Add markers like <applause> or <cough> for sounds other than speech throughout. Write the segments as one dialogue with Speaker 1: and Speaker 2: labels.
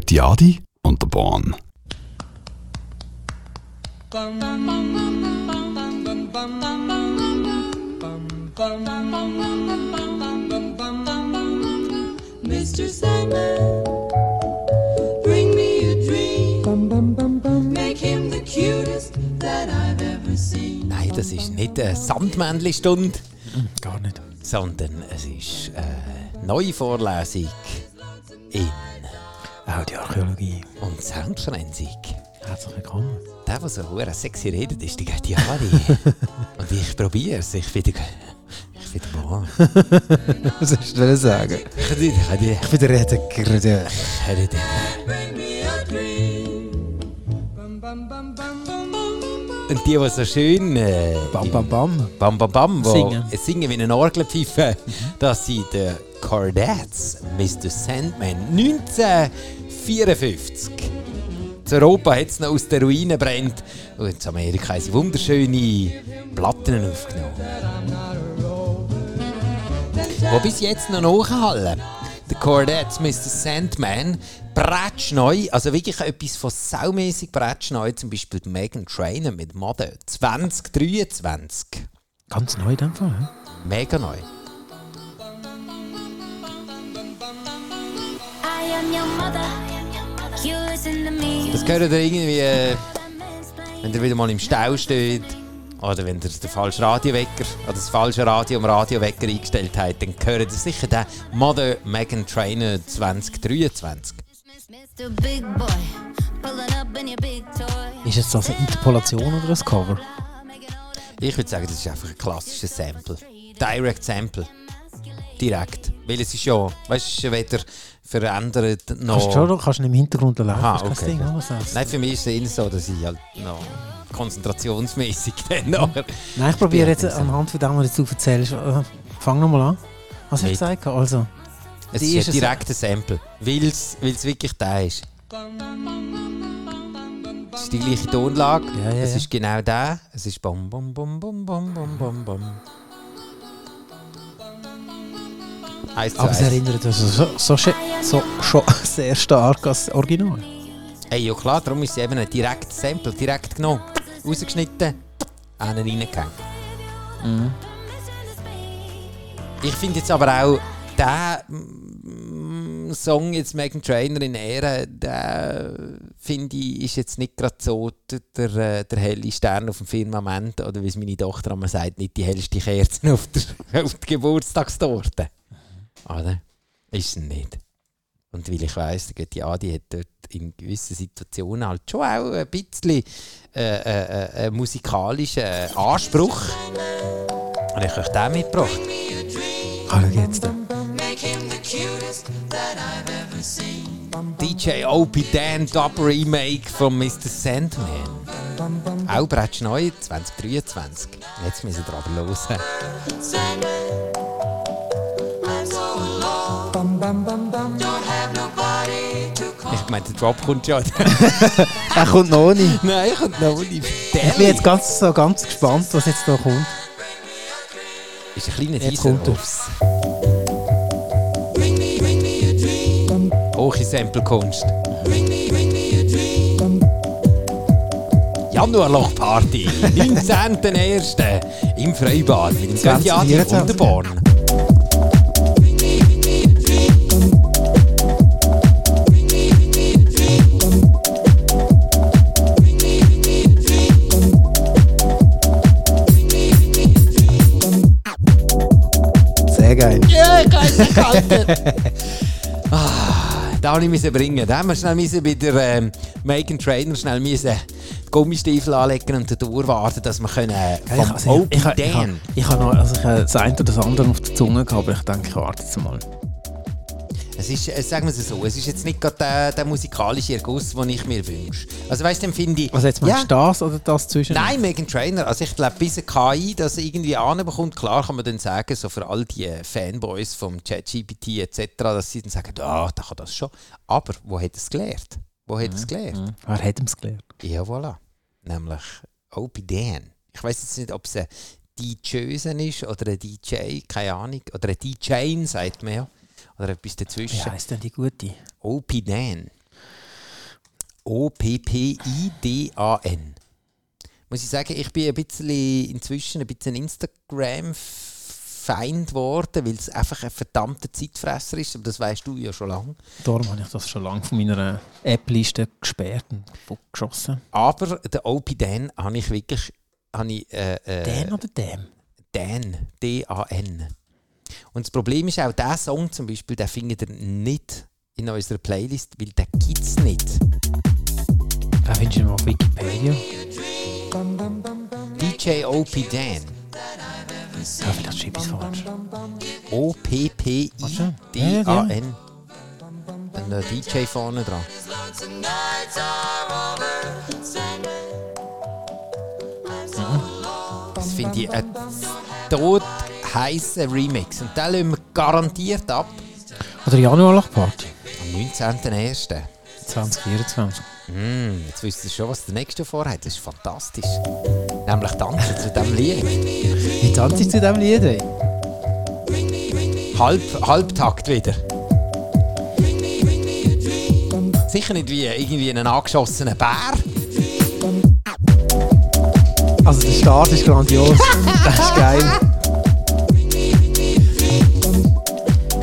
Speaker 1: Ötiadi und der Bahn.
Speaker 2: Mr. Sandman, bring me a dream. Make him the cutest that I've ever seen.
Speaker 3: Nein, das ist nicht eine Sandmännli-Stunde,
Speaker 4: Gar nicht.
Speaker 3: sondern es ist eine neue Vorlesung in
Speaker 4: Audioarchäologie.
Speaker 3: und Soundforensik.
Speaker 4: Herzlich willkommen.
Speaker 3: Der, der so hure sexy redet, ist die Götti
Speaker 4: <laughs>
Speaker 3: Ari. und ich probiere es. Ich finde... Ich finde... Boah.
Speaker 4: Was hast du denn sagen?
Speaker 3: Ich finde... Ich finde...
Speaker 4: Ich bin der Retter gerade.
Speaker 3: Ich finde...
Speaker 2: Bring me a dream. Bum, bum, bum, bum, bum, bum, bum, bum.
Speaker 3: Und die, die so schön... Äh,
Speaker 4: Bam, bam, bam.
Speaker 3: Bam Bam Bam, wo
Speaker 4: Singen.
Speaker 3: singen, singen wie eine Orgelpfeife, dass sie den Cardettes Mr. Sandman 1954 zu Europa hat es noch aus der Ruine brennt und in Amerika haben sie wunderschöne Platten aufgenommen. Wo bis jetzt noch nachhallen. Der Cordettes Mr. Sandman, bretschneu, also wirklich etwas von saumässig bretschneu, zum Beispiel die Megan Trainer mit Mother 2023.
Speaker 4: Ganz neu in dem Fall. hä?
Speaker 3: Mega neu.
Speaker 5: I am your mother. You listen to me.
Speaker 3: Das gehört ihr irgendwie, äh, wenn ihr wieder mal im Stau steht oder wenn ihr den falschen Radiowecker oder das falsche Radio am Radiowecker eingestellt habt, dann gehört ihr sicher den Mother Megan Trainer 2023.
Speaker 5: Mr. Big Boy, pulling up in your big toy.
Speaker 4: Ist jetzt das eine Interpolation oder ein Cover?
Speaker 3: Ich würde sagen, das ist einfach ein klassisches Sample. Direct Sample. Direkt. Weil es ist ja, weißt du, es ist ja weder verändert
Speaker 4: Kannst du
Speaker 3: noch.
Speaker 4: schon noch- kannst du ihn im Hintergrund laufen?
Speaker 3: Aha,
Speaker 4: ist kein
Speaker 3: okay.
Speaker 4: Ding, oder? Das-
Speaker 3: Nein, für mich ist es eher so, dass ich halt noch konzentrationsmäßig <laughs> dann nachher.
Speaker 4: Nein, ich probiere jetzt
Speaker 3: Spielt nicht so.
Speaker 4: anhand von dem, was du erzählst. Äh, fang nochmal an. Was hast du
Speaker 3: Mit.
Speaker 4: gesagt? Also,
Speaker 3: Es
Speaker 4: Die
Speaker 3: ist ein
Speaker 4: ist es-
Speaker 3: direktes Sample, weil es wirklich da ist. Es ist die gleiche Tonlage,
Speaker 4: Ja, ja,
Speaker 3: es
Speaker 4: ja.
Speaker 3: ist genau da. Es ist bum bum bum bum bum bum bum bum. Eins zu
Speaker 4: aber es
Speaker 3: eins.
Speaker 4: erinnert uns so, so, so, so schon <laughs> sehr stark an das Original.
Speaker 3: Hey, ja klar, darum ist es eben ein direktes Sample, direkt genommen. Rausgeschnitten, einen reingehängt. Ich finde jetzt aber auch, der mm, Song jetzt Megan Trainer in Ehre, der finde ich, ist jetzt nicht gerade so der, der, äh, der helle Stern auf dem Firmament oder wie es meine Tochter immer sagt, nicht die hellste Kerze auf der, <laughs> auf der Geburtstagstorte. Oder? Ist er nicht. Und weil ich weiss, der Götti Adi hat dort in gewissen Situationen halt schon auch ein bisschen äh, äh, äh, einen musikalischen äh, Anspruch. Und ich habe euch den mitgebracht.
Speaker 4: Hallo, Ah, jetzt.
Speaker 2: Make him the cutest that I've ever seen.
Speaker 3: DJ Opie Dan Dub Remake von Mr. Sandman. Auch bereits neu 2023. Jetzt müssen wir aber hören.
Speaker 2: Sandman, I'm so alone. Don't have nobody to call.
Speaker 3: Ich meine, der Drop kommt schon. <laughs>
Speaker 4: Er kommt noch nicht.
Speaker 3: Nein, kommt noch nicht.
Speaker 4: Ich bin jetzt ganz, so ganz gespannt, was jetzt noch kommt.
Speaker 3: ist ein kleiner
Speaker 4: Jetzt
Speaker 3: Teaser
Speaker 4: kommt er.
Speaker 3: aufs
Speaker 2: Bring me, bring me a dream.
Speaker 3: hohe Samplekunst.
Speaker 2: Bring me, bring me a dream.
Speaker 3: Januarlochparty, 19.01. im Freibad mit dem Götti Adi und der Born.
Speaker 2: Bring me, bring me a dream. Bring me, bring me a dream. Bring me, bring me a dream. Bring me, bring me a dream.
Speaker 4: Sehr geil.
Speaker 3: Ja, geil, gehalten. ah, da musste ich müssen bringen. Da haben wir schnell müssen bei der ähm, Megan Trainer schnell müssen die Gummistiefel anlegen und der Tour warten, dass wir können äh,
Speaker 4: Ich,
Speaker 3: vom
Speaker 4: also, ich,
Speaker 3: Open
Speaker 4: ich, ich, ich,
Speaker 3: Dan.
Speaker 4: ich habe noch also ich, habe das eine oder das andere auf der Zunge gehabt, aber ich denke, ich warte jetzt mal.
Speaker 3: Es ist, äh, sagen wir es so, es ist jetzt nicht gerade der, der musikalische Erguss, den ich mir wünsche. Also weißt du, dann finde ich...
Speaker 4: Also jetzt
Speaker 3: ja,
Speaker 4: meinst du das oder das zwischen?
Speaker 3: Nein, Megan Trainer. Also ich glaube, bis eine KI das irgendwie anbekommt, klar kann man dann sagen, so für all die Fanboys vom ChatGPT etc., dass sie dann sagen, ah, da kann das schon. Aber wo hat es gelernt? Wo hat
Speaker 4: Mhm,
Speaker 3: es gelernt?
Speaker 4: Wer hat ihm es gelernt?
Speaker 3: Ja, voilà. Nämlich Opie Dan. Ich weiß jetzt nicht, ob es ein DJösen ist oder ein DJ, keine Ahnung. Oder ein DJin, sagt man ja. Oder etwas
Speaker 4: Wie
Speaker 3: dazwischen.
Speaker 4: heisst denn die Gute?
Speaker 3: Opie Dan. Z-O-P-P-I-D-A-N. Muss ich sagen, ich bin ein bisschen inzwischen ein bisschen Instagram-Feind geworden, weil es einfach ein verdammter Zeitfresser ist. Aber das weißt du ja schon lange.
Speaker 4: Darum habe ich das schon lange von meiner App-Liste gesperrt und geschossen.
Speaker 3: Aber den Opie Dan habe ich wirklich. Habe ich, äh, äh,
Speaker 4: Dem oder dem?
Speaker 3: Dan. D-A-N. Und das Problem ist auch, dieser Song zum Beispiel, den findet ihr nicht in unserer Playlist, weil den gibt es nicht.
Speaker 4: Da findest du ihn auf Wikipedia.
Speaker 3: DJ OP Dan.
Speaker 4: Ja, vielleicht schreibe ich es falsch. Ja,
Speaker 3: O-P-P-I-D-A-N. Dann der DJ vorne dran. Das finde ich ein tot heißer Remix. Und den lassen wir garantiert ab.
Speaker 4: Oder Januarlachparty.
Speaker 3: Am 19.01.
Speaker 4: 2024.
Speaker 3: Hm, jetzt wisst ihr schon, was der nächste vorhat. Das ist fantastisch. Nämlich tanzen zu diesem Lied.
Speaker 4: Wie tanze ich zu diesem Lied? ey?
Speaker 3: Halb, Halbtakt wieder. Sicher nicht wie irgendwie einen angeschossenen Bär.
Speaker 4: Also der Start ist <laughs> grandios. das ist geil.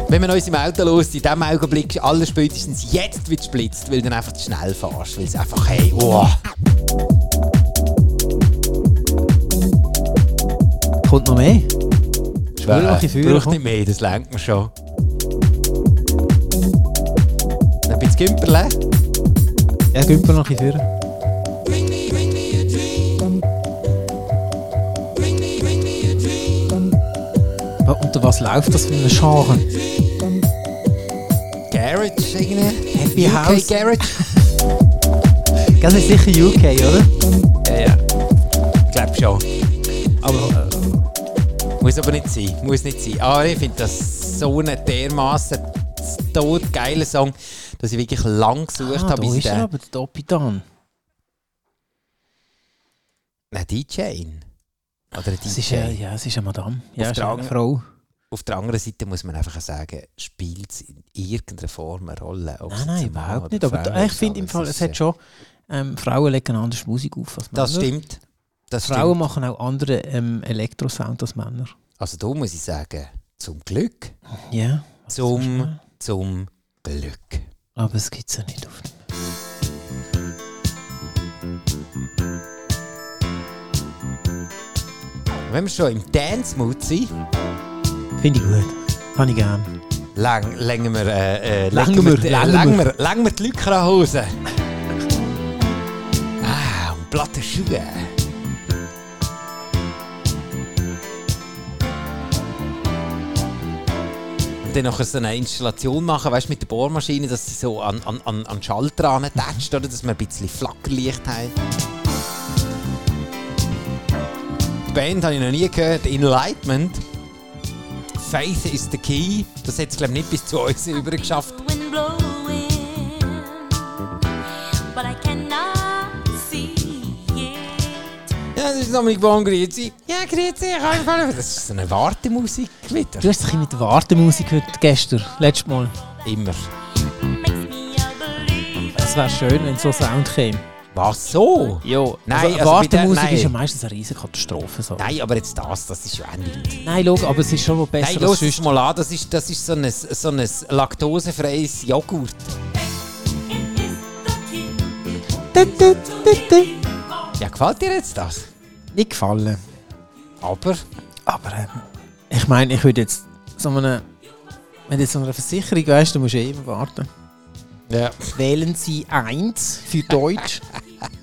Speaker 3: Wenn man uns im Auto los, in diesem Augenblick alles spätestens jetzt wird splitzt, weil du dann einfach zu schnell fährst. Weil es einfach, hey, wow.
Speaker 4: Kommt noch mehr? Schwöre, Führer,
Speaker 3: braucht nicht mehr, das lenkt man schon. Ein bisschen Gümperle.
Speaker 4: Ja, gib mir noch ein bisschen Führer. Wa- Unter was läuft das für eine Genre?
Speaker 3: Garage irgendwie.
Speaker 4: Happy
Speaker 3: UK
Speaker 4: House.
Speaker 3: Garage.
Speaker 4: Das ist sicher UK, oder?
Speaker 3: Ja, ja. Ich glaube schon. äh,
Speaker 4: Aber
Speaker 3: Muss aber nicht sein. Muss nicht sein. Aber ich finde das so einen dermassen totgeilen Song, dass ich wirklich lang
Speaker 4: äh,
Speaker 3: gesucht
Speaker 4: ah,
Speaker 3: habe,
Speaker 4: da
Speaker 3: bis ich
Speaker 4: ist er
Speaker 3: den
Speaker 4: aber, der Dopitan.
Speaker 3: Nein, DJ. in. Oder ein DJ.
Speaker 4: Es ist, äh, ja, es ist eine Madame. Ja,
Speaker 3: Auf
Speaker 4: es ist
Speaker 3: der
Speaker 4: eine
Speaker 3: anderen-
Speaker 4: Frau.
Speaker 3: Auf der anderen Seite muss man einfach auch sagen, spielt es in irgendeiner Form eine Rolle. ob es jetzt
Speaker 4: Nein, nein,
Speaker 3: ein Mann
Speaker 4: überhaupt
Speaker 3: oder
Speaker 4: nicht. Aber
Speaker 3: Frau
Speaker 4: da- ich
Speaker 3: ist,
Speaker 4: finde im
Speaker 3: aber
Speaker 4: Fall,
Speaker 3: ist,
Speaker 4: es
Speaker 3: äh,
Speaker 4: hat schon... Ähm, Frauen legen anders Musik auf als Männer.
Speaker 3: Das stimmt. Das
Speaker 4: Frauen
Speaker 3: stimmt.
Speaker 4: machen auch andere ähm, Elektrosound als Männer.
Speaker 3: Also da muss ich sagen, zum Glück.
Speaker 4: Ja. Was sollst du
Speaker 3: Zum,
Speaker 4: machen?
Speaker 3: zum Glück.
Speaker 4: Aber es gibt es ja nicht auf.
Speaker 3: Wenn wir schon im Dance-Mood sind,
Speaker 4: Finde ich gut. Habe ich gern.
Speaker 3: Lang, längen wir, äh, äh,
Speaker 4: Längen
Speaker 3: legen
Speaker 4: wir,
Speaker 3: die-
Speaker 4: längen
Speaker 3: längen
Speaker 4: wir.
Speaker 3: wir, längen wir die Lücken an Hose. Ah, und platte Schuhe. Und dann noch so eine Installation machen, weißt mit der Bohrmaschine, dass sie so an, an, an, an den Schalter antätscht, oder? Dass wir ein bisschen Flackerlicht haben. Die Band habe ich noch nie gehört, Enlightenment. Faith is the key. Das hat es, glaube ich, nicht bis zu uns <laughs> übergeschafft.
Speaker 6: wind blowing, but I cannot see it.
Speaker 3: Ja, das ist Dominik Bohm, grüezi. Ja, grüezi, ich kann nicht Das ist so eine Wartemusik wieder.
Speaker 4: Du hast dich ein bisschen mit Wartemusik heute gestern, letztes Mal.
Speaker 3: Immer.
Speaker 6: Makes me a believer.
Speaker 4: Es wäre schön, wenn so Sound käme.
Speaker 3: Was so?
Speaker 4: Jo,
Speaker 3: Nein, also bei
Speaker 4: Wartemusik
Speaker 3: der- nein.
Speaker 4: ist ja meistens eine riesige Katastrophe. So.
Speaker 3: Nein, aber jetzt das, das ist ja auch nichts.
Speaker 4: nein, schau, aber es ist schon mal besser
Speaker 3: Nein, los
Speaker 4: als
Speaker 3: es
Speaker 4: sonst.
Speaker 3: mal an, das ist, das ist so ein, so ein laktosefreies Joghurt.
Speaker 6: It is the
Speaker 4: Du,
Speaker 6: key.
Speaker 4: du, du, du.
Speaker 3: Ja, gefällt dir jetzt das?
Speaker 4: Nicht gefallen.
Speaker 3: Aber
Speaker 4: Aber ähm, ich meine, ich würde jetzt so einem. Wenn du jetzt so einer Versicherung wärst, dann musst du eh immer warten.
Speaker 3: ja.
Speaker 4: Wählen Sie 1 für Deutsch.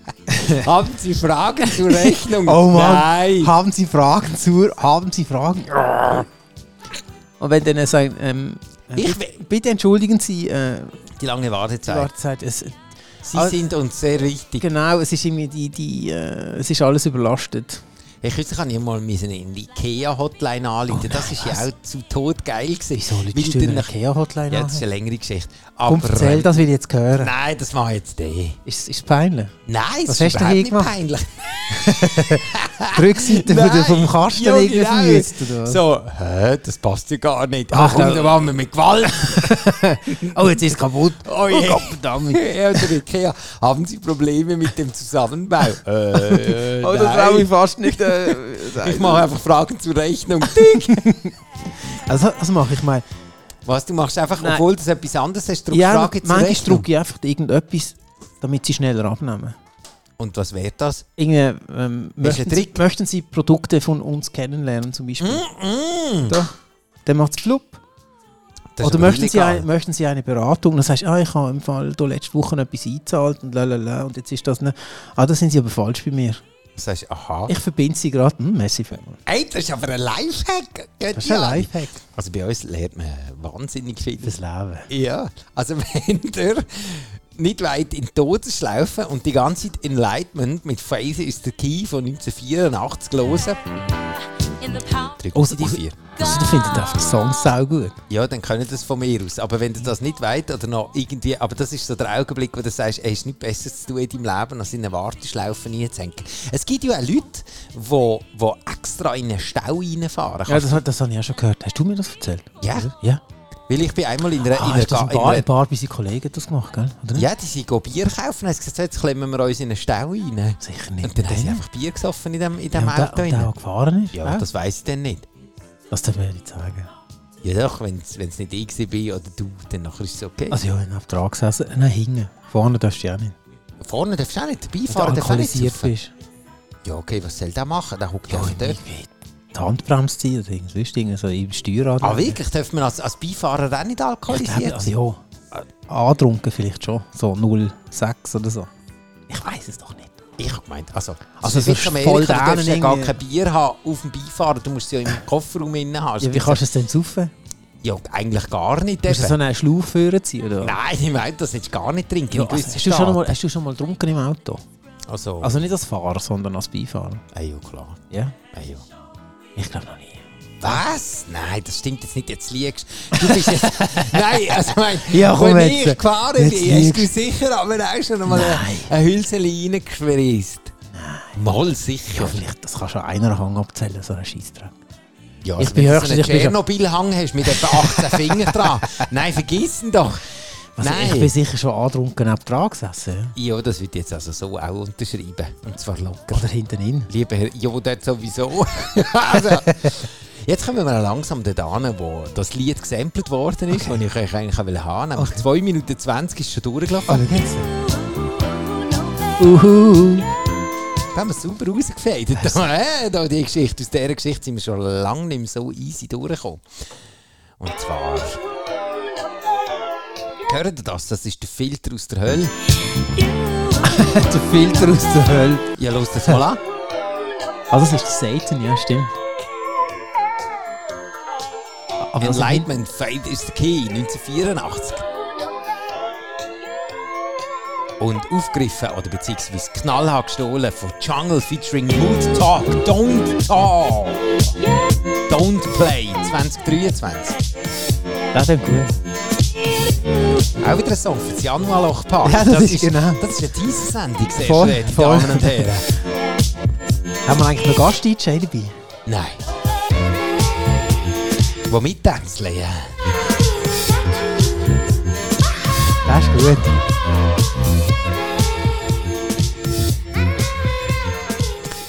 Speaker 3: <laughs> haben Sie Fragen zur
Speaker 4: <laughs>
Speaker 3: Rechnung?
Speaker 4: Oh Mann.
Speaker 3: Nein! Ah.
Speaker 4: Haben Sie Fragen zur? Haben Sie Fragen? Und wenn dann sagt, ähm, ähm,
Speaker 3: Ich
Speaker 4: bitte- bitte entschuldigen Sie, äh,
Speaker 3: Die lange
Speaker 4: die
Speaker 3: Wartezeit.
Speaker 4: Wartezeit. Es,
Speaker 3: Sie
Speaker 4: Also-
Speaker 3: sind uns sehr wichtig.
Speaker 4: genau, es ist irgendwie die, die, äh, es ist alles überlastet. Oh,
Speaker 3: Ich kürzlich habe ich mal in eine Ikea-Hotline anrufen. das ist ja auch zu Tod geil gewesen.
Speaker 4: Wieso
Speaker 3: Weil
Speaker 4: lädst
Speaker 3: ich
Speaker 4: du
Speaker 3: dann
Speaker 4: eine
Speaker 3: nach-
Speaker 4: IKEA-Hotline
Speaker 3: Ja,
Speaker 4: an?
Speaker 3: das ist eine längere Geschichte.
Speaker 4: Genau. Komm,
Speaker 3: Aber,
Speaker 4: erzähl, das will ich jetzt hören.
Speaker 3: Nein, das mache ich jetzt eh.
Speaker 4: Ist, ist es peinlich?
Speaker 3: Nein,
Speaker 4: Was
Speaker 3: das ist
Speaker 4: hast du denn
Speaker 3: überhaupt nicht
Speaker 4: hier
Speaker 3: peinlich.
Speaker 4: <laughs> Die Rückseite von der- vom
Speaker 3: Nein,
Speaker 4: Kasten
Speaker 3: ja,
Speaker 4: irgendwie
Speaker 3: genau.
Speaker 4: verwüstet, oder?
Speaker 3: So, hä, das passt ja gar nicht.
Speaker 4: Ah,
Speaker 3: Ach,
Speaker 4: glaub-
Speaker 3: komm, da waren wir mit Gewalt.
Speaker 4: <laughs> Oh, jetzt ist es kaputt.
Speaker 3: Oh je. <laughs> Ja, der Ikea. Haben Sie Probleme mit dem
Speaker 4: <laughs>
Speaker 3: Zusammenbau? äh, äh,
Speaker 4: Oh,
Speaker 3: nein.
Speaker 4: fast nicht.
Speaker 3: äh, Ich mache einfach Fragen zur Rechnung.
Speaker 4: <laughs> Also, also mache ich mal.
Speaker 3: Was, du machst einfach,
Speaker 4: Nein.
Speaker 3: obwohl das etwas anderes ist, drückst
Speaker 4: Ja,
Speaker 3: Fragen zur
Speaker 4: manchmal
Speaker 3: Rechnung.
Speaker 4: drücke ich einfach irgendetwas, damit sie schneller abnehmen.
Speaker 3: Und was wäre das?
Speaker 4: Irgendwie, ähm, möchten,
Speaker 3: ein
Speaker 4: sie,
Speaker 3: Trick.
Speaker 4: möchten sie Produkte von uns kennenlernen, zum Beispiel?
Speaker 3: Mm,
Speaker 4: Da, dann macht es flupp.
Speaker 3: Das ist
Speaker 4: Oder
Speaker 3: aber
Speaker 4: möchten sie,
Speaker 3: illegal.
Speaker 4: ein, möchten sie eine Beratung? Dann sagst du, ah, ich habe im Fall da letzte Woche etwas eingezahlt und lalala, und jetzt ist das nicht. Ah, da sind sie aber falsch bei mir.
Speaker 3: Das heißt, aha.
Speaker 4: Ich verbinde sie gerade. Hm, merci vielmals.
Speaker 3: Ey, das ist aber ein Lifehack.
Speaker 4: Das ist ein Lifehack.
Speaker 3: Also bei uns lernt man wahnsinnig viel.
Speaker 4: Fürs Leben.
Speaker 3: Ja, also <laughs> wenn der nicht weit in die Todesschlaufe und die ganze Zeit Enlightenment mit Phase ist der Key von 1984 hören,
Speaker 6: in the power.
Speaker 3: drücken
Speaker 4: Also,
Speaker 3: Sie die vier.
Speaker 4: Also, die finden einfach Songs auch gut.
Speaker 3: Ja, dann können das von mir aus. Aber wenn du das nicht weißt oder noch irgendwie, aber das ist so der Augenblick, wo du sagst, es ist nichts Besseres zu tun in deinem Leben, als in eine Warteschlaufe reinzuhängen. Es gibt ja auch Leute, die, die extra in einen Stau reinfahren.
Speaker 4: Ja, das, das habe ich auch schon gehört. Hast du mir das erzählt?
Speaker 3: Ja.
Speaker 4: Ja.
Speaker 3: Weil ich bin einmal in einer...
Speaker 4: Ah,
Speaker 3: in einer,
Speaker 4: hast du das
Speaker 3: Ga-
Speaker 4: ein
Speaker 3: in
Speaker 4: paar,
Speaker 3: einer
Speaker 4: ein paar bei seinen Kollegen das gemacht, gell? Oder nicht?
Speaker 3: ja, die sind go Bier kaufen und haben gesagt, so, jetzt klemmen wir uns in einen Stau rein.
Speaker 4: Sicher nicht.
Speaker 3: Und dann haben sie
Speaker 4: Nein.
Speaker 3: einfach Bier gesoffen in dem, in
Speaker 4: ja,
Speaker 3: dem
Speaker 4: und der-
Speaker 3: Auto.
Speaker 4: und der
Speaker 3: rein.
Speaker 4: auch gefahren ist.
Speaker 3: Ja,
Speaker 4: auch.
Speaker 3: das weiss ich dann nicht.
Speaker 4: das darf man nicht sagen.
Speaker 3: Ja doch, wenn es nicht ich gewesen bin oder du, dann nachher ist es okay.
Speaker 4: Also ja, wenn du dran gesessen nein, hinten. Vorne darfst du ja auch nicht.
Speaker 3: Vorne darfst du auch nicht,
Speaker 4: Wenn du
Speaker 3: vorbeifahren darfst du auch nicht.
Speaker 4: alkoholisiert
Speaker 3: saufen.
Speaker 4: bist.
Speaker 3: Ja okay, was soll der machen? Der hockt
Speaker 4: Ja,
Speaker 3: einfach
Speaker 4: irgendwie
Speaker 3: dort.
Speaker 4: die Handbremse ziehen oder irgendwas. sonst Irgendwie so im Steuerrad.
Speaker 3: Ah wirklich, darf man als, als Beifahrer auch nicht
Speaker 4: Ich glaube,
Speaker 3: alkoholisiert sein?
Speaker 4: also ja, äh, antrunken vielleicht schon. So 0,6 oder so. Ich weiß es doch nicht.
Speaker 3: Ich meinte, also,
Speaker 4: Also
Speaker 3: also
Speaker 4: so
Speaker 3: in Amerika,
Speaker 4: voll
Speaker 3: du darfst ja
Speaker 4: denen
Speaker 3: gar
Speaker 4: irgendwie-
Speaker 3: kein Bier haben auf dem Beifahrer, du musst es ja im Kofferraum innen haben. Also,
Speaker 4: Ja, wie kannst du es denn saufen?
Speaker 3: ja, eigentlich gar nicht.
Speaker 4: Musst du
Speaker 3: eben.
Speaker 4: so einen Schlauch führen ziehen? Oder?
Speaker 3: Nein, ich meine, das hättest du gar nicht trinken.
Speaker 4: Ja,
Speaker 3: in
Speaker 4: also,
Speaker 3: gewissen
Speaker 4: hast, du schon
Speaker 3: Staaten.
Speaker 4: mal, hast du schon mal getrunken im Auto?
Speaker 3: Also,
Speaker 4: Also nicht als Fahrer, sondern als Beifahrer.
Speaker 3: ah, ja, klar.
Speaker 4: Ja?
Speaker 3: Ah, ja.
Speaker 4: Ich glaube noch nie.
Speaker 3: Was? Nein, das stimmt jetzt nicht. Jetzt liegst du. bist jetzt.
Speaker 4: <laughs>
Speaker 3: Nein, also mein,
Speaker 4: Ja, komm
Speaker 3: wenn
Speaker 4: jetzt.
Speaker 3: ich gefahren bin,
Speaker 4: Jetzt
Speaker 3: hast du
Speaker 4: liegst.
Speaker 3: sicher aber auch schon mal eine,
Speaker 4: Nein.
Speaker 3: eine Hülse reingeschweißt. Mal sicher.
Speaker 4: Ja, vielleicht, das kannst du an einer Hang abzählen, so einen Scheissdreck.
Speaker 3: Ja,
Speaker 4: Ich
Speaker 3: also wenn
Speaker 4: bin
Speaker 3: du so einen
Speaker 4: höchstens- ich bin-
Speaker 3: Tschernobyl-Hang hast mit etwa 18 Fingern
Speaker 4: <laughs>
Speaker 3: dran. Nein, vergiss ihn doch.
Speaker 4: Also
Speaker 3: Nein.
Speaker 4: ich bin sicher schon antrunken neben dran gesessen.
Speaker 3: ja, das wird jetzt also so auch unterschreiben. Und zwar locker.
Speaker 4: ja. Oder hinten hin.
Speaker 3: Lieber Herr, ja, dort sowieso. <laughs> also, jetzt kommen wir langsam dorthin, wo das Lied gesampelt worden ist, das ich euch eigentlich auch haben wollte. Nämlich 2 Minuten 20 ist schon durchgelaufen.
Speaker 4: Uhu.
Speaker 3: Da haben wir super rausgefädelt. <laughs> Da, äh, da die Geschichte. Aus dieser Geschichte sind wir schon lange nicht mehr so easy durchgekommen. Und zwar... Hört ihr das? Das ist der Filter aus der Hölle.
Speaker 4: Der Filter aus der Hölle.
Speaker 3: Ja, los das mal an.
Speaker 4: Ah, das ist der Satan, ja, stimmt. Aber also, das
Speaker 3: Enlightenment, Faith is the Key, 1984. Und aufgegriffen oder beziehungsweise knallhart gestohlen von Jungle featuring Mood Talk, Don't Talk, Don't Play 2023.
Speaker 4: Das ist gut.
Speaker 3: Auch wieder ein Song für das Januarloch-Party.
Speaker 4: Ja, das ist genau.
Speaker 3: Das ist eine diese Sendung, sehr
Speaker 4: Voll,
Speaker 3: schön, die
Speaker 4: voll.
Speaker 3: Damen und Herren.
Speaker 4: Haben wir eigentlich noch Gast-DJ dabei?
Speaker 3: Nein. Wo mittänzeln, ja.
Speaker 4: Das ist gut.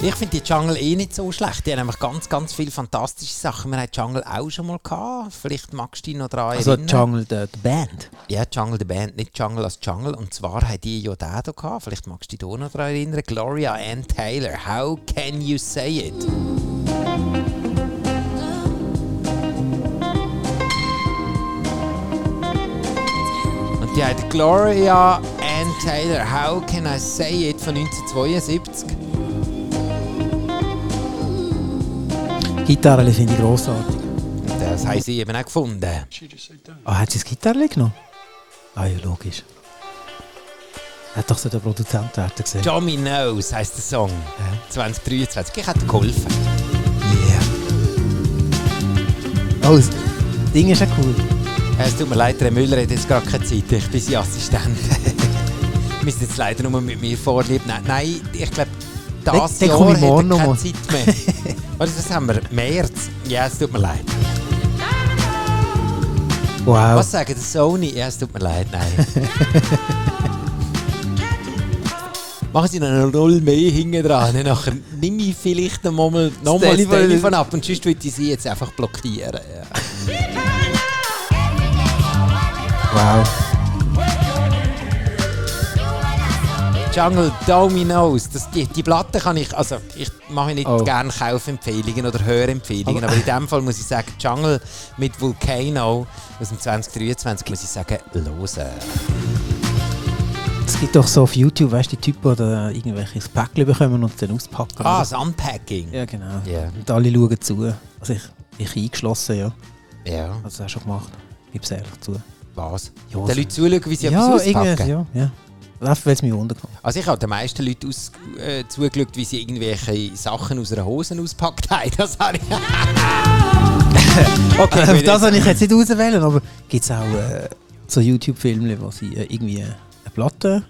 Speaker 3: Ich finde die Jungle eh nicht so schlecht. Die haben nämlich ganz, ganz viele fantastische Sachen. Wir haben Jungle auch schon mal gehabt. Vielleicht magst du dich noch daran
Speaker 4: Also
Speaker 3: erinnern.
Speaker 4: Jungle, die, die Band.
Speaker 3: ja, Jungle, die Band, nicht Jungle als Jungle. Und zwar haben die ja den hier gehabt. Vielleicht magst du dich da noch daran erinnern. Gloria Ann Taylor, How Can You Say It? Und die hat Gloria Ann Taylor, How Can I Say It von 1972.
Speaker 4: Gitarre finde ich grossartig.
Speaker 3: Das haben sie eben auch gefunden.
Speaker 4: Ah, hat sie das Gitarre genommen? Ah ja, logisch. Hat doch so der Produzent werden gesehen.
Speaker 3: Tommy Knows heisst der Song. 2023. Ich hätte geholfen.
Speaker 4: Yeah. Oh, das Ding ist ja cool.
Speaker 3: Äh, Es tut mir leid, Herr Müller hat jetzt gerade keine Zeit. Ich bin sein
Speaker 4: <laughs>
Speaker 3: Assistent. Wir müssen jetzt leider nur mit mir vorlieb nehmen. Nein, ich glaube, das
Speaker 4: Dann- dann
Speaker 3: Jahr
Speaker 4: komme ich
Speaker 3: hat er
Speaker 4: morgen
Speaker 3: keine
Speaker 4: noch mal.
Speaker 3: Zeit
Speaker 4: <laughs>
Speaker 3: mehr. Oder was haben wir? März? Ja, es tut mir leid.
Speaker 4: Wow.
Speaker 3: Was sagen die Sony? Ja, es tut mir leid, nein. Machen Sie noch eine Null mehr hinten dran. dann Nachher nehme ich vielleicht nochmal noch mal das
Speaker 4: Telefon-
Speaker 3: Telefon ab und sonst würde ich Sie jetzt einfach blockieren. Ja.
Speaker 4: Wow.
Speaker 3: Jungle Dominoes, das, die, die Platte kann ich, also ich mache nicht
Speaker 4: Oh.
Speaker 3: gerne Kaufempfehlungen oder Hörempfehlungen, aber in dem Fall muss ich sagen, Jungle mit Volcano aus dem 2023 muss ich sagen, losen.
Speaker 4: Es gibt doch so auf YouTube, weißt du, die Typen, die da irgendwelche Päckchen bekommen und dann auspacken.
Speaker 3: Ah, das Unpacking.
Speaker 4: Ja, genau.
Speaker 3: Ja.
Speaker 4: Und alle schauen zu. Also ich, ich eingeschlossen, ja.
Speaker 3: Ja,
Speaker 4: Also das hast du schon gemacht. Gib's ehrlich zu.
Speaker 3: was?
Speaker 4: Ja,
Speaker 3: Den Leuten zuschauen, wie sie etwas
Speaker 4: irgendwie,
Speaker 3: auspacken.
Speaker 4: ja, ja. Läuft, weil es mich runtergekommen
Speaker 3: Also ich habe den meisten Leuten aus, äh, zugeschaut, wie sie irgendwelche Sachen aus einer Hose auspackt haben. <laughs> Das habe ich...
Speaker 4: <laughs>
Speaker 3: okay,
Speaker 4: Auf
Speaker 3: gut,
Speaker 4: das habe ich jetzt nicht auswählen, aber gibt es auch äh, so YouTube-Filme, wo sie äh, irgendwie eine Platte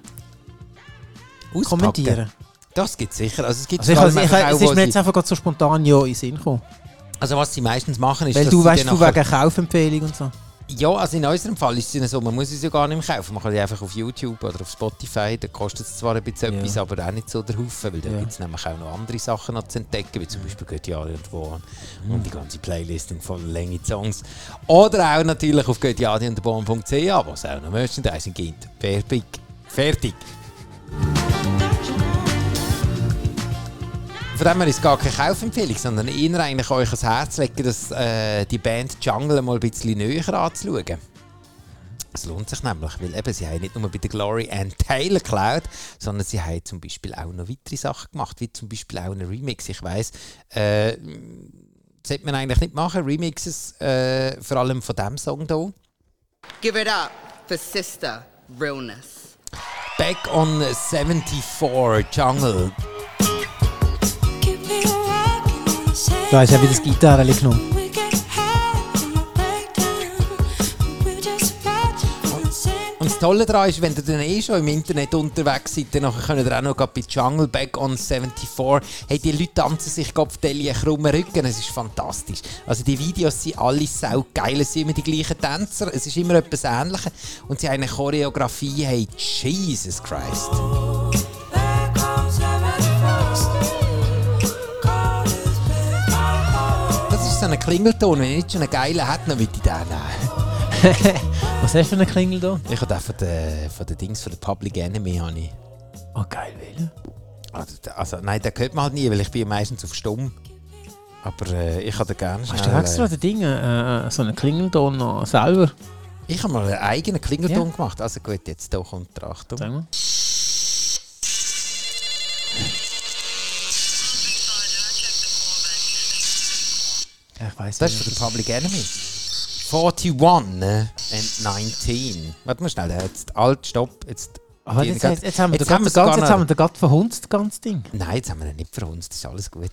Speaker 3: auspacken.
Speaker 4: kommentieren?
Speaker 3: Das gibt es sicher. Also es gibt
Speaker 4: Also ich,
Speaker 3: vor allem
Speaker 4: also ich,
Speaker 3: einfach auch,
Speaker 4: es ist
Speaker 3: wo
Speaker 4: mir
Speaker 3: sie-
Speaker 4: jetzt einfach gerade so spontan ja in den Sinn gekommen.
Speaker 3: Also was sie meistens machen ist,
Speaker 4: Weil
Speaker 3: dass
Speaker 4: du
Speaker 3: sie
Speaker 4: weißt,
Speaker 3: dann
Speaker 4: du
Speaker 3: nachher-
Speaker 4: wegen Kaufempfehlung und so.
Speaker 3: Ja, also in unserem Fall ist es ja so, man muss es ja gar nicht mehr kaufen. Man kann die einfach auf YouTube oder auf Spotify, da kostet es zwar ein bisschen
Speaker 4: Ja.
Speaker 3: etwas, aber auch nicht so der Haufen, weil da
Speaker 4: Ja.
Speaker 3: gibt es nämlich auch noch andere Sachen noch zu entdecken, wie zum Beispiel Göttiari und Bohn
Speaker 4: Mhm.
Speaker 3: und die ganze Playlist in voller Länge Songs. Oder auch natürlich auf göttiari und Bohn.ch, wo es auch noch Merchandising gibt. Fertig. Fertig. Von dem her ist es gar keine Kaufempfehlung, sondern eher eigentlich euch ans Herz legen, dass, äh, die Band Jungle mal ein bisschen näher anzuschauen. Es lohnt sich nämlich, weil eben, sie haben nicht nur bei der Glory and Taylor geklaut, sondern sie haben zum Beispiel auch noch weitere Sachen gemacht, wie zum Beispiel auch einen Remix. Ich weiss, äh, das sollte man eigentlich nicht machen, Remixes, äh, vor allem von diesem Song hier.
Speaker 7: Give it up for sister realness.
Speaker 3: Back on 74, Jungle.
Speaker 4: Du hast ja wieder das Gitarre genommen.
Speaker 3: Und das Tolle daran ist, wenn ihr dann eh schon im Internet unterwegs seid, dann nachher könnt ihr auch noch grad bei Jungle Back on 74. Hey, die Leute tanzen sich gerade auf den krummen Rücken. Es ist fantastisch. Also die Videos sind alle sau geil. Es sind immer die gleichen Tänzer. Es ist immer etwas Ähnliches. Und sie haben eine Choreografie. Hey, Jesus Christ. Das ist so ein Klingelton. Wenn ich nicht schon einen geilen hätte, dann würde ich den nehmen. <laughs>
Speaker 4: Was hast du für eine Klingel da?
Speaker 3: Ich habe den von den, von den Dings, von den Public Enemy. Habe ich.
Speaker 4: Oh, geil, wählen.
Speaker 3: Also, also, nein, den hört man halt nie, weil ich bin ja meistens auf stumm. Aber äh, ich habe den gerne
Speaker 4: Hast
Speaker 3: schnell,
Speaker 4: du extra
Speaker 3: äh,
Speaker 4: den Ding, äh, äh, so einen Klingelton noch selber?
Speaker 3: Ich habe mal einen eigenen Klingelton gemacht. Also gut, jetzt hier kommt der Achtung.
Speaker 4: Sag mal. Ja, ich weiss
Speaker 3: Das
Speaker 4: nicht.
Speaker 3: ist für den Public Enemy. 41 and 19. Warte mal schnell, äh, jetzt alt, stopp. Jetzt,
Speaker 4: Aber
Speaker 3: die-
Speaker 4: jetzt,
Speaker 3: die-
Speaker 4: jetzt, jetzt haben wir den
Speaker 3: haben
Speaker 4: ganzen,
Speaker 3: sogar
Speaker 4: ganz, jetzt
Speaker 3: noch-
Speaker 4: haben wir den ganzen verhunzt, das ganze Ding.
Speaker 3: Nein, jetzt haben wir ihn nicht für uns, das ist alles gut.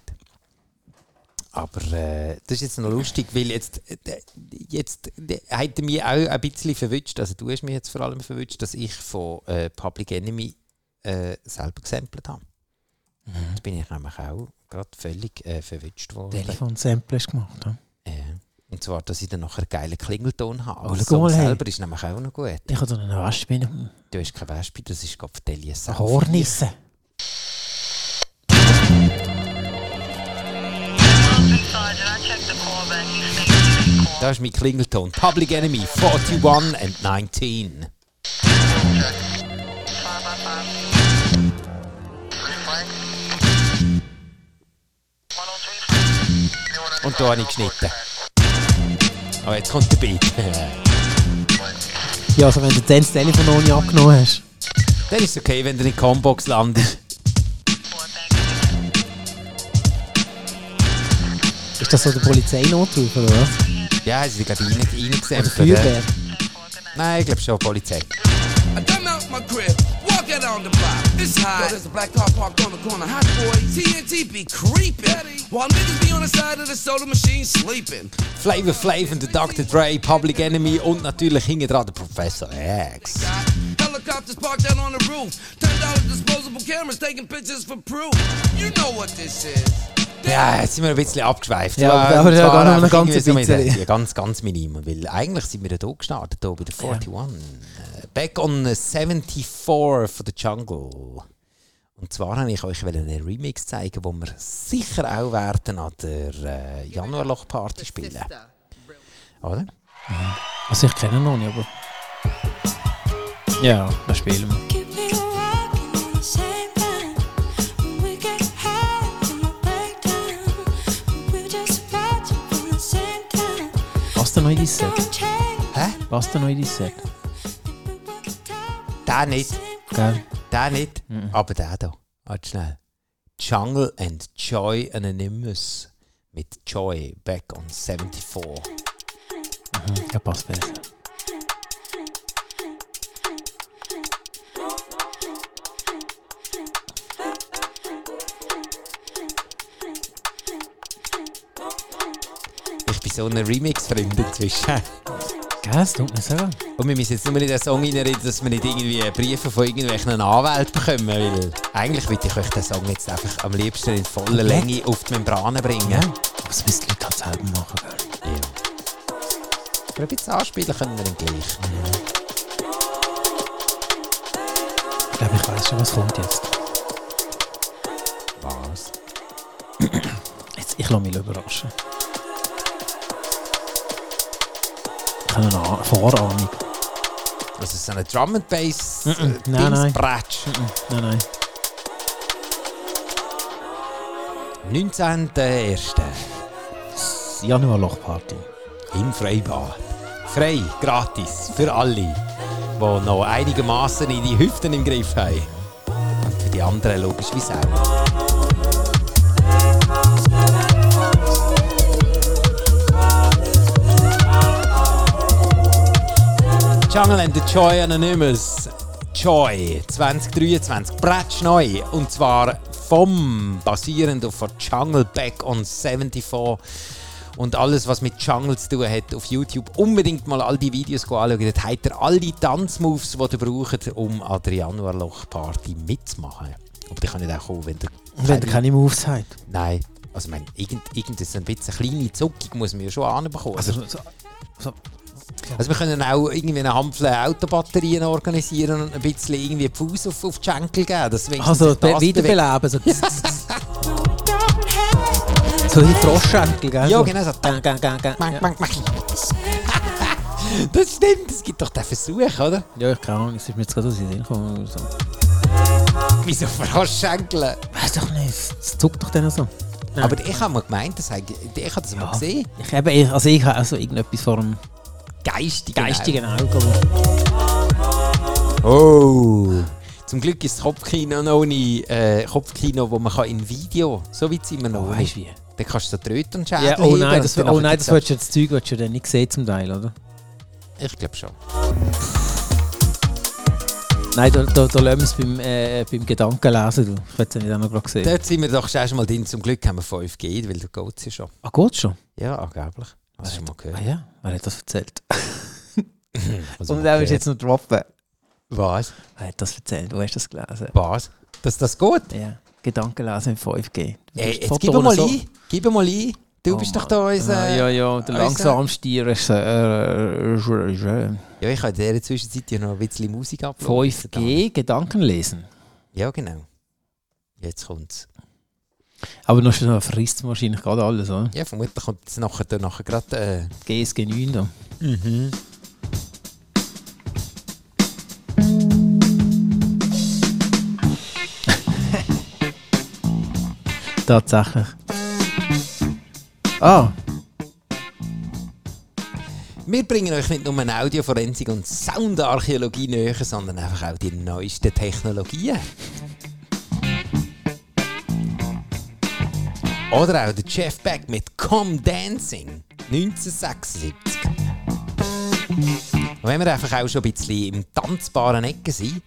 Speaker 3: Aber äh, das ist jetzt noch lustig, weil jetzt, äh, d- jetzt d- hat er mich auch ein bisschen verwünscht, also du hast mich jetzt vor allem verwünscht, dass ich von äh, Public Enemy äh, selber gesampelt habe.
Speaker 4: Mhm.
Speaker 3: Jetzt bin ich nämlich auch gerade völlig äh, verwünscht worden.
Speaker 4: Telefonsample hast du gemacht. Ja?
Speaker 3: Äh, und zwar, dass ich dann nachher einen geilen Klingelton habe. Aber
Speaker 4: Oh,
Speaker 3: der
Speaker 4: schau
Speaker 3: Song
Speaker 4: mal, hey.
Speaker 3: selber ist nämlich auch noch gut.
Speaker 4: Ich habe da eine Waschbinne.
Speaker 3: Du hast keine Wespe, das ist gerade für Delia
Speaker 4: Eine Hornisse.
Speaker 3: Das ist mein Klingelton. Public Enemy 41 and 19. Und da habe ich geschnitten. Aber jetzt kommt der Beat. <laughs> Dann
Speaker 4: Ja, also wenn du dann das Telefon noch nicht abgenommen hast.
Speaker 3: ist es okay, wenn du in die Combox landest.
Speaker 4: Ist das so der Polizeinotruf, oder was?
Speaker 3: Ja, hast du dich, glaube ich,
Speaker 4: Oder
Speaker 3: reingesampelt.
Speaker 4: Feuerwehr?
Speaker 3: Nein, ich glaube schon, Polizei.
Speaker 8: I come out my crib, walk out on the block. It's hot. There's a black car parked on the corner. Hot boy. TNT be creeping. While niggas be on the side of the soda machine sleeping.
Speaker 3: Flavor Flav en de Dr. Dre, Public Enemy und natürlich hinten dran der Professor X.
Speaker 8: Got helicopters parked out on the roof. Ten dollar disposable cameras taking pictures for proof. You know what this is.
Speaker 3: Ja, jetzt sind wir ein bisschen abgeschweift.
Speaker 4: Ja,
Speaker 3: Zwar-
Speaker 4: aber- aber ja,
Speaker 3: zwar
Speaker 4: gar noch ein
Speaker 3: einfach
Speaker 4: ganzes
Speaker 3: irgendwie so mit-
Speaker 4: bisschen.
Speaker 3: Ja, ganz, ganz minimal, weil eigentlich sind wir ja hier gestartet, hier bei der 41. Äh, Back on the 74 von The Jungle. Und zwar wollte ich euch einen Remix zeigen, wo wir sicher auch werden an der äh, Januarloch-Party spielen.
Speaker 7: Sister.
Speaker 3: Oder?
Speaker 4: Also ich kenne ihn noch nicht, aber... Ja, das spielen wir. Passt er noch in dein Set?
Speaker 3: Hä?
Speaker 4: Passt er noch in dein Set?
Speaker 3: Der nicht,
Speaker 4: Gell?
Speaker 3: der nicht,
Speaker 4: Mhm.
Speaker 3: aber der hier. Warte schnell. Jungle and Joy Anonymous mit Joy Back on 74.
Speaker 4: Ja, passt besser.
Speaker 3: Ich bin so ein Remix-Freund inzwischen.
Speaker 4: Gell, das tut mir so weh.
Speaker 3: Und wir müssen jetzt nur in den Song hineinreden, dass wir nicht irgendwie Briefe von irgendwelchen Anwälten bekommen, weil eigentlich würde ich euch den Song jetzt einfach am liebsten in voller
Speaker 4: Komplett.
Speaker 3: Länge auf die Membrane bringen.
Speaker 4: Ja,
Speaker 3: Ja.
Speaker 4: aber das müssen die Leute halt selber machen, gell?
Speaker 3: Aber ein bisschen anspielen können wir ihn gleich.
Speaker 4: Ich glaube, ich weiß schon, was kommt jetzt. Ah,
Speaker 3: Was?
Speaker 4: jetzt ich lasse mich überraschen. Ich habe eine Ah- Vorahnung.
Speaker 3: Also so eine Drum and Bass äh,
Speaker 4: Mhm. Nein, nein.
Speaker 3: Dingsbratsch.
Speaker 4: Nein, nein.
Speaker 3: 19.01.
Speaker 4: Das Januarlochparty.
Speaker 3: im Freibad. Frei, gratis, für alle, die noch einigermaßen in die Hüften im Griff haben. Und für die anderen logisch wie Sau. Jungle and the Joy Anonymous. Joy 2023, Bretsch neu. Und zwar vom, basierend auf der Jungle Back on 74. Und alles, was mit Jungle zu tun hat, auf YouTube unbedingt mal all die Videos anschauen. Dort habt ihr all die Tanzmoves, die ihr braucht, um an der Januarloch-Party mitzumachen. Aber die können auch kommen, wenn ihr.
Speaker 4: Wenn ihr keine Moves habt.
Speaker 3: Nein. Also, ich meine, irgend, irgend so ein bisschen kleine Zuckung muss man ja schon anbekommen.
Speaker 4: Also,
Speaker 3: Also,
Speaker 4: so, so,
Speaker 3: also wir können auch irgendwie eine Handvoll Autobatterien organisieren und ein bisschen irgendwie die Fuß auf, auf die Schenkel geben. Dass wenigstens
Speaker 4: also
Speaker 3: sich das bewegt.
Speaker 4: wiederbeleben. So, <laughs> so die Froschschenkel, gell?
Speaker 3: Ja, genau so.
Speaker 4: <laughs> Gang, gang, gang, gang.
Speaker 3: Mach,
Speaker 4: Ja.
Speaker 3: mach, mach. Das stimmt, es gibt doch den Versuch, oder?
Speaker 4: ja, ich keine Ahnung, es ist mir jetzt gerade aus dem Sinn gekommen. oder So.
Speaker 3: Wieso Froschschenkeln?
Speaker 4: Weiß doch nicht, es es zuckt doch dann so. Nein.
Speaker 3: Aber ich habe mal gemeint, das habe ich, ich habe das mal gesehen.
Speaker 4: Ich, eben, ich, also ich habe auch so irgendetwas vor dem Genau.
Speaker 3: Geistig.
Speaker 4: geistigen Auge.
Speaker 3: Oh. Zum Glück ist das Kopfkino noch nicht äh, Kopfkino, wo man kann in Video. So weit sind wir noch.
Speaker 4: Oh,
Speaker 3: nicht.
Speaker 4: weißt du wie?
Speaker 3: Dann kannst du da Tröten und Schädel
Speaker 4: Ja, oh
Speaker 3: heben
Speaker 4: nein,
Speaker 3: und
Speaker 4: das,
Speaker 3: dann
Speaker 4: oh
Speaker 3: nachher
Speaker 4: nein, das
Speaker 3: gibt's
Speaker 4: willst du das Zeug willst du dann nicht sehen zum Teil, oder?
Speaker 3: auch- Ich glaube schon.
Speaker 4: Nein, da, da, da lassen wir es beim, äh, beim Gedankenlesen. Du. Ich will es ja nicht auch noch gerade sehen.
Speaker 3: Dort sind wir doch schon erst mal drin. Zum Glück haben wir 5G, weil da geht es ja schon.
Speaker 4: Ah, gut schon.
Speaker 3: Ja, angeblich. Hast du schon mal
Speaker 4: Ah
Speaker 3: gehört?
Speaker 4: ja, wer hat das erzählt?
Speaker 3: Also
Speaker 4: <laughs> Und
Speaker 3: mal
Speaker 4: der ist
Speaker 3: gehört.
Speaker 4: jetzt noch droppen.
Speaker 3: Was?
Speaker 4: Wer hat das erzählt? Wo hast du das gelesen?
Speaker 3: Was? Dass das geht?
Speaker 4: Ja, Gedankenlesen im 5G. Du
Speaker 3: Ey,
Speaker 4: musst
Speaker 3: jetzt gib
Speaker 4: Fotos
Speaker 3: mal
Speaker 4: so-
Speaker 3: ein. Gib mal ein. Du
Speaker 4: Oh
Speaker 3: bist
Speaker 4: Mann.
Speaker 3: doch da unser...
Speaker 4: Ja, ja, ja, der
Speaker 3: unser-
Speaker 4: langsamste äh, Regisseur.
Speaker 3: Ja, ich habe in dieser Zwischenzeit ja noch ein bisschen Musik abgeladen.
Speaker 4: 5G, Gedankenlesen.
Speaker 3: Ja, genau. Jetzt kommt's.
Speaker 4: Aber noch schnell frisst wahrscheinlich gerade alles, oder?
Speaker 3: Ja, vermutlich kommt jetzt nachher, dann nachher gerade.
Speaker 4: GSG 9 da.
Speaker 3: Äh,
Speaker 4: <laughs>
Speaker 3: mhm.
Speaker 4: Tatsächlich. Ah,
Speaker 3: Wir bringen euch nicht nur eine Audioforensik und Soundarchäologie näher, sondern einfach auch die neuesten Technologien. Oder auch der Jeff Beck mit Come Dancing 1976. Und wenn wir einfach auch schon ein bisschen im tanzbaren Ecken sind,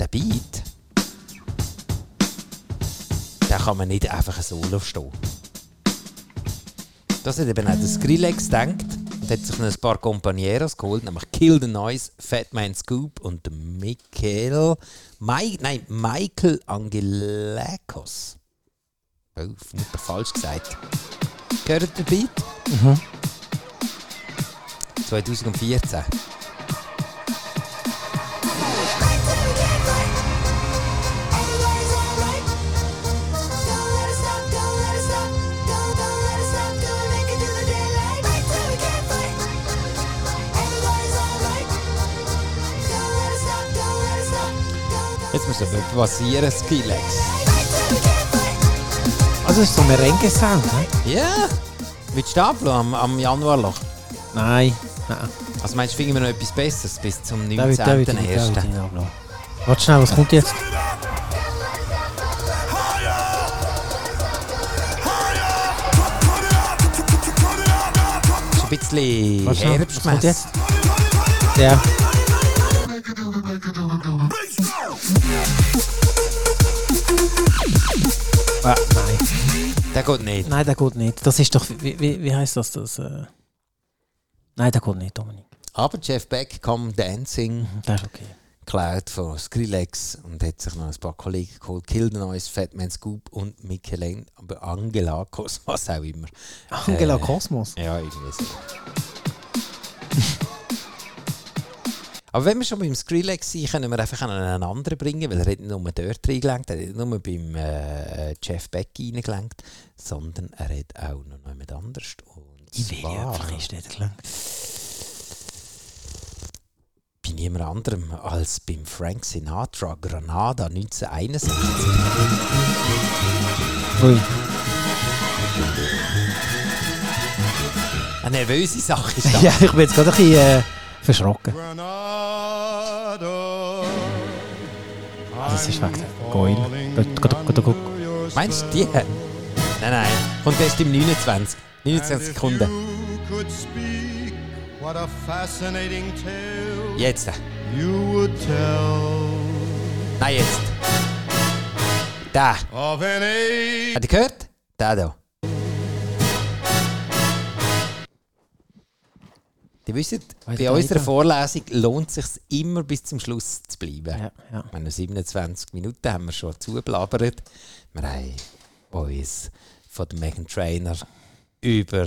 Speaker 3: der Beat, da kann man nicht einfach so aufstehen. Das hat eben auch der Skrillex gedacht und hat sich noch ein paar Companieros geholt, nämlich Kill the Noise, Fatman Scoop und Michael, Mike, nein, Michael Angelakos. Oh, Mutter falsch gesagt. Gehört der Beat?
Speaker 4: Mhm.
Speaker 3: 2014. Jetzt muss aber passieren, Skrillex.
Speaker 4: Also, es ist so ein Merengue-Sound, ne?
Speaker 3: Ja! Mit Stapel am, am Januarloch.
Speaker 4: Nein. Nein.
Speaker 3: Also meinst du, finden wir noch etwas Besseres bis zum
Speaker 4: David, David, David, David,
Speaker 3: 19.01.?
Speaker 4: David, Warte schnell, was kommt jetzt?
Speaker 3: Schon ein bisschen
Speaker 4: Warte schnell, was kommt
Speaker 3: Herbstmess.
Speaker 4: jetzt? Ja. Ah, nein.
Speaker 3: Der geht nicht.
Speaker 4: Nein, der geht nicht. Das ist doch. Wie, wie, wie heißt das? das äh... Nein, der geht nicht, Dominik.
Speaker 3: Aber Jeff Beck kam Dancing
Speaker 4: Der ist okay.
Speaker 3: geklaut von Skrillex und hat sich noch ein paar Kollegen geholt. Kill the Noise, Fatman Scoop und Michelin, aber Angelakos, <laughs> was auch immer.
Speaker 4: Angela Kosmos.
Speaker 3: Ja, irgendwie
Speaker 4: <laughs>
Speaker 3: so. Aber wenn wir schon beim Skrillex sind, können wir einfach einen anderen bringen, weil er hat nicht nur dort reingelenkt, er hat nicht nur beim äh, Jeff Beck reingelenkt, sondern er hat auch noch jemand anderes. Und zwar
Speaker 4: nicht lang.
Speaker 3: bei niemand anderem als beim Frank Sinatra Granada 1961.
Speaker 4: Ui.
Speaker 3: Eine nervöse Sache ist das.
Speaker 4: <laughs> Ja, ich bin jetzt gerade ein bisschen äh, verschrocken. Also, es ist wegen der Goil. Gut, gut, gut, gut, gut.
Speaker 3: <laughs> Meinst du die? Nein, nein. Kommt erst im 29. 29 Sekunden.
Speaker 9: could speak, what a fascinating tale
Speaker 3: Jetzt.
Speaker 9: you would tell
Speaker 3: Nein, jetzt. Da.
Speaker 9: of an age
Speaker 3: Hat ihr gehört? Da da. Ihr wisst,
Speaker 4: Weiß
Speaker 3: bei
Speaker 4: der
Speaker 3: unserer
Speaker 4: Ida?
Speaker 3: Vorlesung lohnt es sich immer bis zum Schluss zu bleiben.
Speaker 4: Ja, ja.
Speaker 3: Ich meine, 27 Minuten haben wir schon zugeblabbert. Wir haben uns von dem Megan Trainer über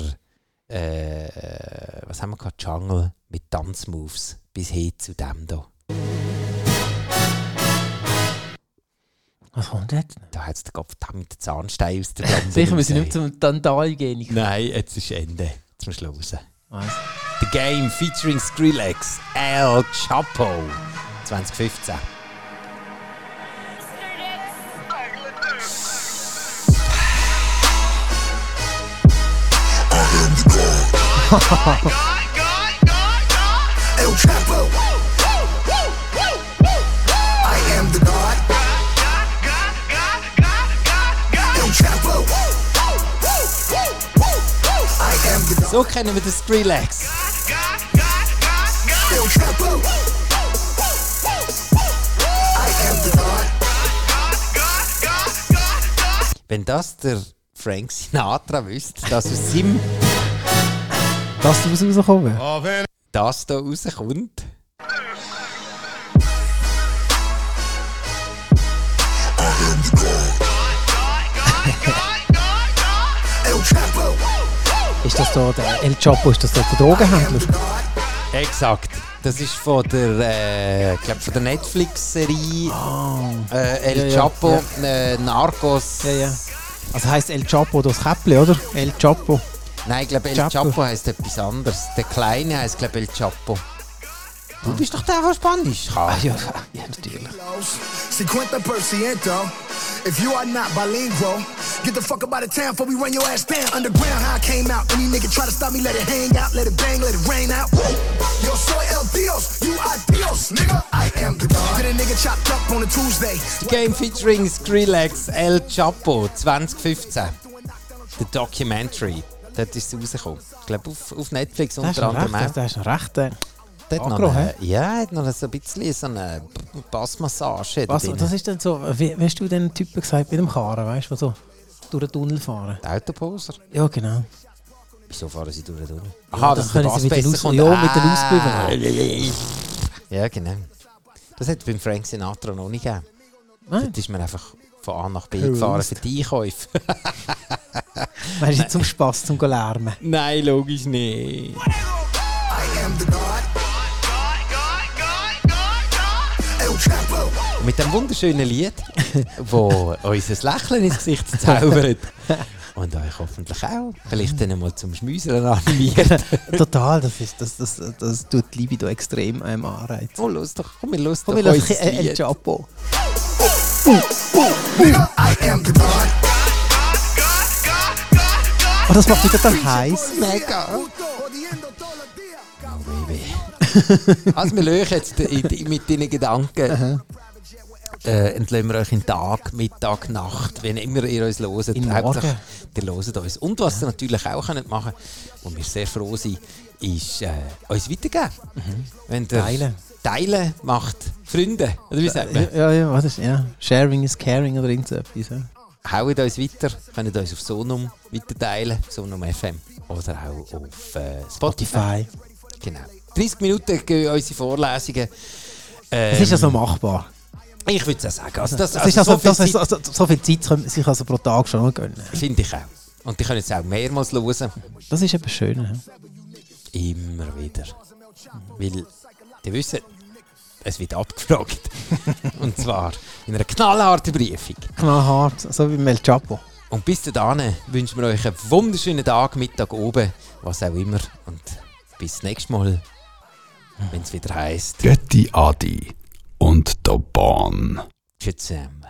Speaker 3: äh, äh, was haben wir gehabt? Jungle mit Tanzmoves bis hin zu dem hier.
Speaker 4: Was kommt jetzt?
Speaker 3: Da hat es den Kopf mit den Zahnstein aus
Speaker 4: <laughs>
Speaker 3: der Blende
Speaker 4: Sicher, wir sind nicht
Speaker 3: rausgehauen.
Speaker 4: zum Dentalhygieniker.
Speaker 3: Nein, jetzt ist Ende. Jetzt musst du hören.
Speaker 4: Was?
Speaker 3: The Game featuring Skrillex, El Chapo 2015. So kennen wir den Skrillex. Wenn das der Frank Sinatra wüsste, dass aus seinem
Speaker 4: Das muss rauskommen.
Speaker 9: of an
Speaker 3: das hier rauskommt.
Speaker 4: Ist das da der El Chapo? Ist das da der Drogenhändler?
Speaker 3: Exakt. Das ist von der, äh, ich glaub von der Netflix-Serie äh, El
Speaker 4: Ah. Ja, ja,
Speaker 3: Chapo, Äh, Narcos.
Speaker 4: Ja, ja. Also heisst El Chapo das Käppli, oder? El Chapo.
Speaker 3: Nein, ich glaube El
Speaker 4: Chapo.
Speaker 3: Chapo, heisst etwas anderes. Der Kleine heisst glaube El Chapo. Du
Speaker 4: Ah.
Speaker 3: bist doch der, der Spanisch kann.
Speaker 4: ja, ja, natürlich.
Speaker 10: 50%. If you are not bilingual, get the fuck up out of town before we run your ass down. Underground, how I came out. Any nigga try to stop me, let it hang out, let it bang, let it rain out. Yo soy el Dios, you are Dios, nigga. I am the God. Get a nigga chopped up on a Tuesday.
Speaker 3: The Game featuring Skrillex El Chapo 2015. The Documentary. Dort ist es rausgekommen. Ich glaube auf, auf Netflix
Speaker 4: Das ist
Speaker 3: unter
Speaker 4: noch
Speaker 3: anderem
Speaker 4: recht.
Speaker 3: auch.
Speaker 4: Das ist noch recht. äh,
Speaker 3: Der hat noch
Speaker 4: Agro,
Speaker 3: eine, ja, hat noch so ein bisschen so eine Bassmassage. hat er
Speaker 4: Was,
Speaker 3: drin.
Speaker 4: das ist dann so, wie, wie hast du den Typen gesagt mit dem Karren, weißt du, der so durch den Tunnel fahren?
Speaker 3: Die Autoposer?
Speaker 4: Ja, genau.
Speaker 3: Wieso fahren sie durch den Tunnel?
Speaker 4: Ja, dann können sie mit den Aus- ja, mit halt. den
Speaker 3: den Ja, genau. Das hat beim Frank Sinatra noch nicht gegeben.
Speaker 4: Nein.
Speaker 3: Dort ist man einfach von A nach B gefahren für die
Speaker 4: <laughs>
Speaker 3: Einkäufe.
Speaker 4: Weißt du, zum Spass, zum zu lärmen.
Speaker 3: Nein, logisch nicht.
Speaker 10: I am the God. El Chapo.
Speaker 3: Mit dem wunderschönen Lied,
Speaker 4: <laughs>
Speaker 3: wo unser Lächeln ins Gesicht zaubert. Und euch hoffentlich auch. Vielleicht dann mal zum Schmüsern animiert.
Speaker 4: <laughs> <laughs> Total, das, ist, das, das, das tut die Libido extrem einem anreizen.
Speaker 3: Oh, los doch, komm, wir los doch
Speaker 4: Komm, wir lassen
Speaker 3: unser
Speaker 4: ein- ein
Speaker 3: Lied.
Speaker 4: Chapo.
Speaker 10: Nigga, I am the God.
Speaker 4: Oh, das macht wieder dann heiß.
Speaker 3: Mega.
Speaker 4: <laughs>
Speaker 3: Also wir lösen jetzt die- die- mit deinen Gedanken. Äh, entlassen wir euch in Tag, Mittag, Nacht, wenn immer ihr uns loset.
Speaker 4: In Morgen.
Speaker 3: ihr loset uns. Und was ihr natürlich auch könnt machen wo wir sehr froh sind, ist äh, uns weitergeben. Wenn ihr
Speaker 4: Mhm. Teilen.
Speaker 3: Teilen macht. Freunde. Oder wie sagt man?
Speaker 4: Ja, ja, was ist, ja. Sharing is caring oder irgend so etwas. Ja.
Speaker 3: Hauen uns weiter. Könnt uns auf Sonum weiter teilen. Sonum FM. Oder auch auf äh, Spotify.
Speaker 4: Fein.
Speaker 3: Genau. 30 Minuten gehen unsere Vorlesungen.
Speaker 4: Es ist also machbar.
Speaker 3: Ich würde es auch sagen. Also das,
Speaker 4: Es ist also,
Speaker 3: so viel
Speaker 4: das ist
Speaker 3: Zeit
Speaker 4: also, so viel Zeit können sich also pro Tag schon mal gönnen.
Speaker 3: finde ich auch. Und die können es auch mehrmals hören.
Speaker 4: Das ist etwas Schönes.
Speaker 3: Immer wieder. Weil die wissen, es wird abgefragt.
Speaker 4: <laughs>
Speaker 3: Und zwar in einer knallharten Briefung.
Speaker 4: Knallhart, so wie Mel Chapo.
Speaker 3: Und bis dahin wünschen wir euch einen wunderschönen Tag, Mittag, oben, was auch immer. Und bis nächstes Mal, wenn es wieder heisst.
Speaker 1: Götti Adi und der Bahn.
Speaker 3: Tschüss zusammen.